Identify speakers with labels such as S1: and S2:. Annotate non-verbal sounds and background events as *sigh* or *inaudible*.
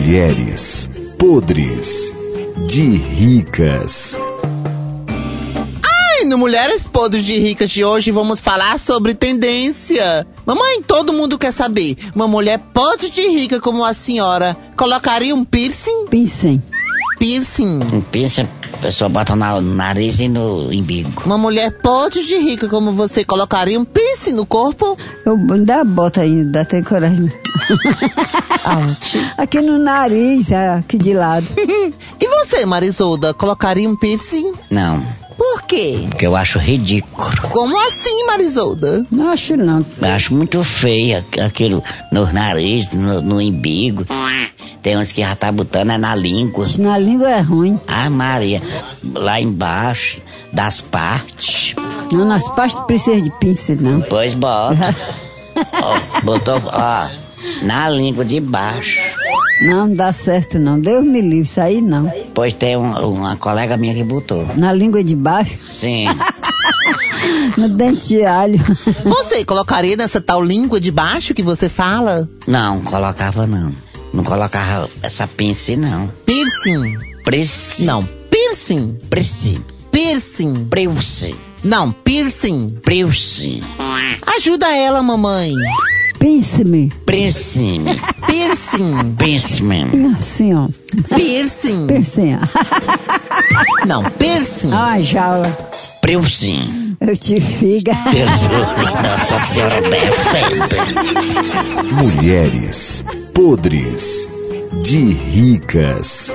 S1: mulheres podres de ricas.
S2: Ai, no Mulheres Podres é de Ricas de hoje vamos falar sobre tendência. Mamãe, todo mundo quer saber. Uma mulher podre de rica como a senhora colocaria um piercing?
S3: Pensem.
S2: Piercing.
S4: Um piercing, a pessoa bota na- no nariz e no umbigo.
S2: Uma mulher podre de rica como você colocaria um piercing no corpo?
S3: Eu ainda bota ainda, tem coragem. Aqui no nariz, é, aqui de lado.
S2: E você, Marisolda, colocaria um piercing?
S4: Não,
S2: Por quê?
S4: porque eu acho ridículo.
S2: Como assim, Marisolda?
S3: Não acho não.
S4: Eu acho muito feio aqu- aquilo no nariz, no, no umbigo. Tem uns que já tá botando é na língua.
S3: Isso na língua é ruim.
S4: Ah, Maria, lá embaixo, das partes.
S3: Não, nas pastas precisa de pinça, não.
S4: Pois bota. Ó, botou, ó, na língua de baixo.
S3: Não dá certo, não. Deus me livre, isso aí não.
S4: Pois tem um- uma colega minha que botou.
S3: Na língua de baixo, *laughs*
S4: Sim,
S3: no dente de alho. *laughs*
S2: Você colocaria nessa tal língua de baixo que você fala?
S4: não, colocava não. Não colocava essa pince, não.
S2: Piercing.
S4: Preci.
S2: Não, piercing.
S4: Preci.
S2: Piercing.
S4: Preuce.
S2: Não, piercing.
S4: Preuce.
S2: Ajuda ela, mamãe.
S3: Pince-me.
S4: Preci.
S2: Piercing.
S4: Preci.
S3: Assim, ó.
S2: Piercing.
S3: Pincinha.
S2: Não,
S3: *laughs*
S2: piercing.
S3: Ah, jaula.
S4: Preuce.
S3: Eu te figa.
S4: Jesus, Nossa Senhora defenda.
S1: Mulheres podres de ricas.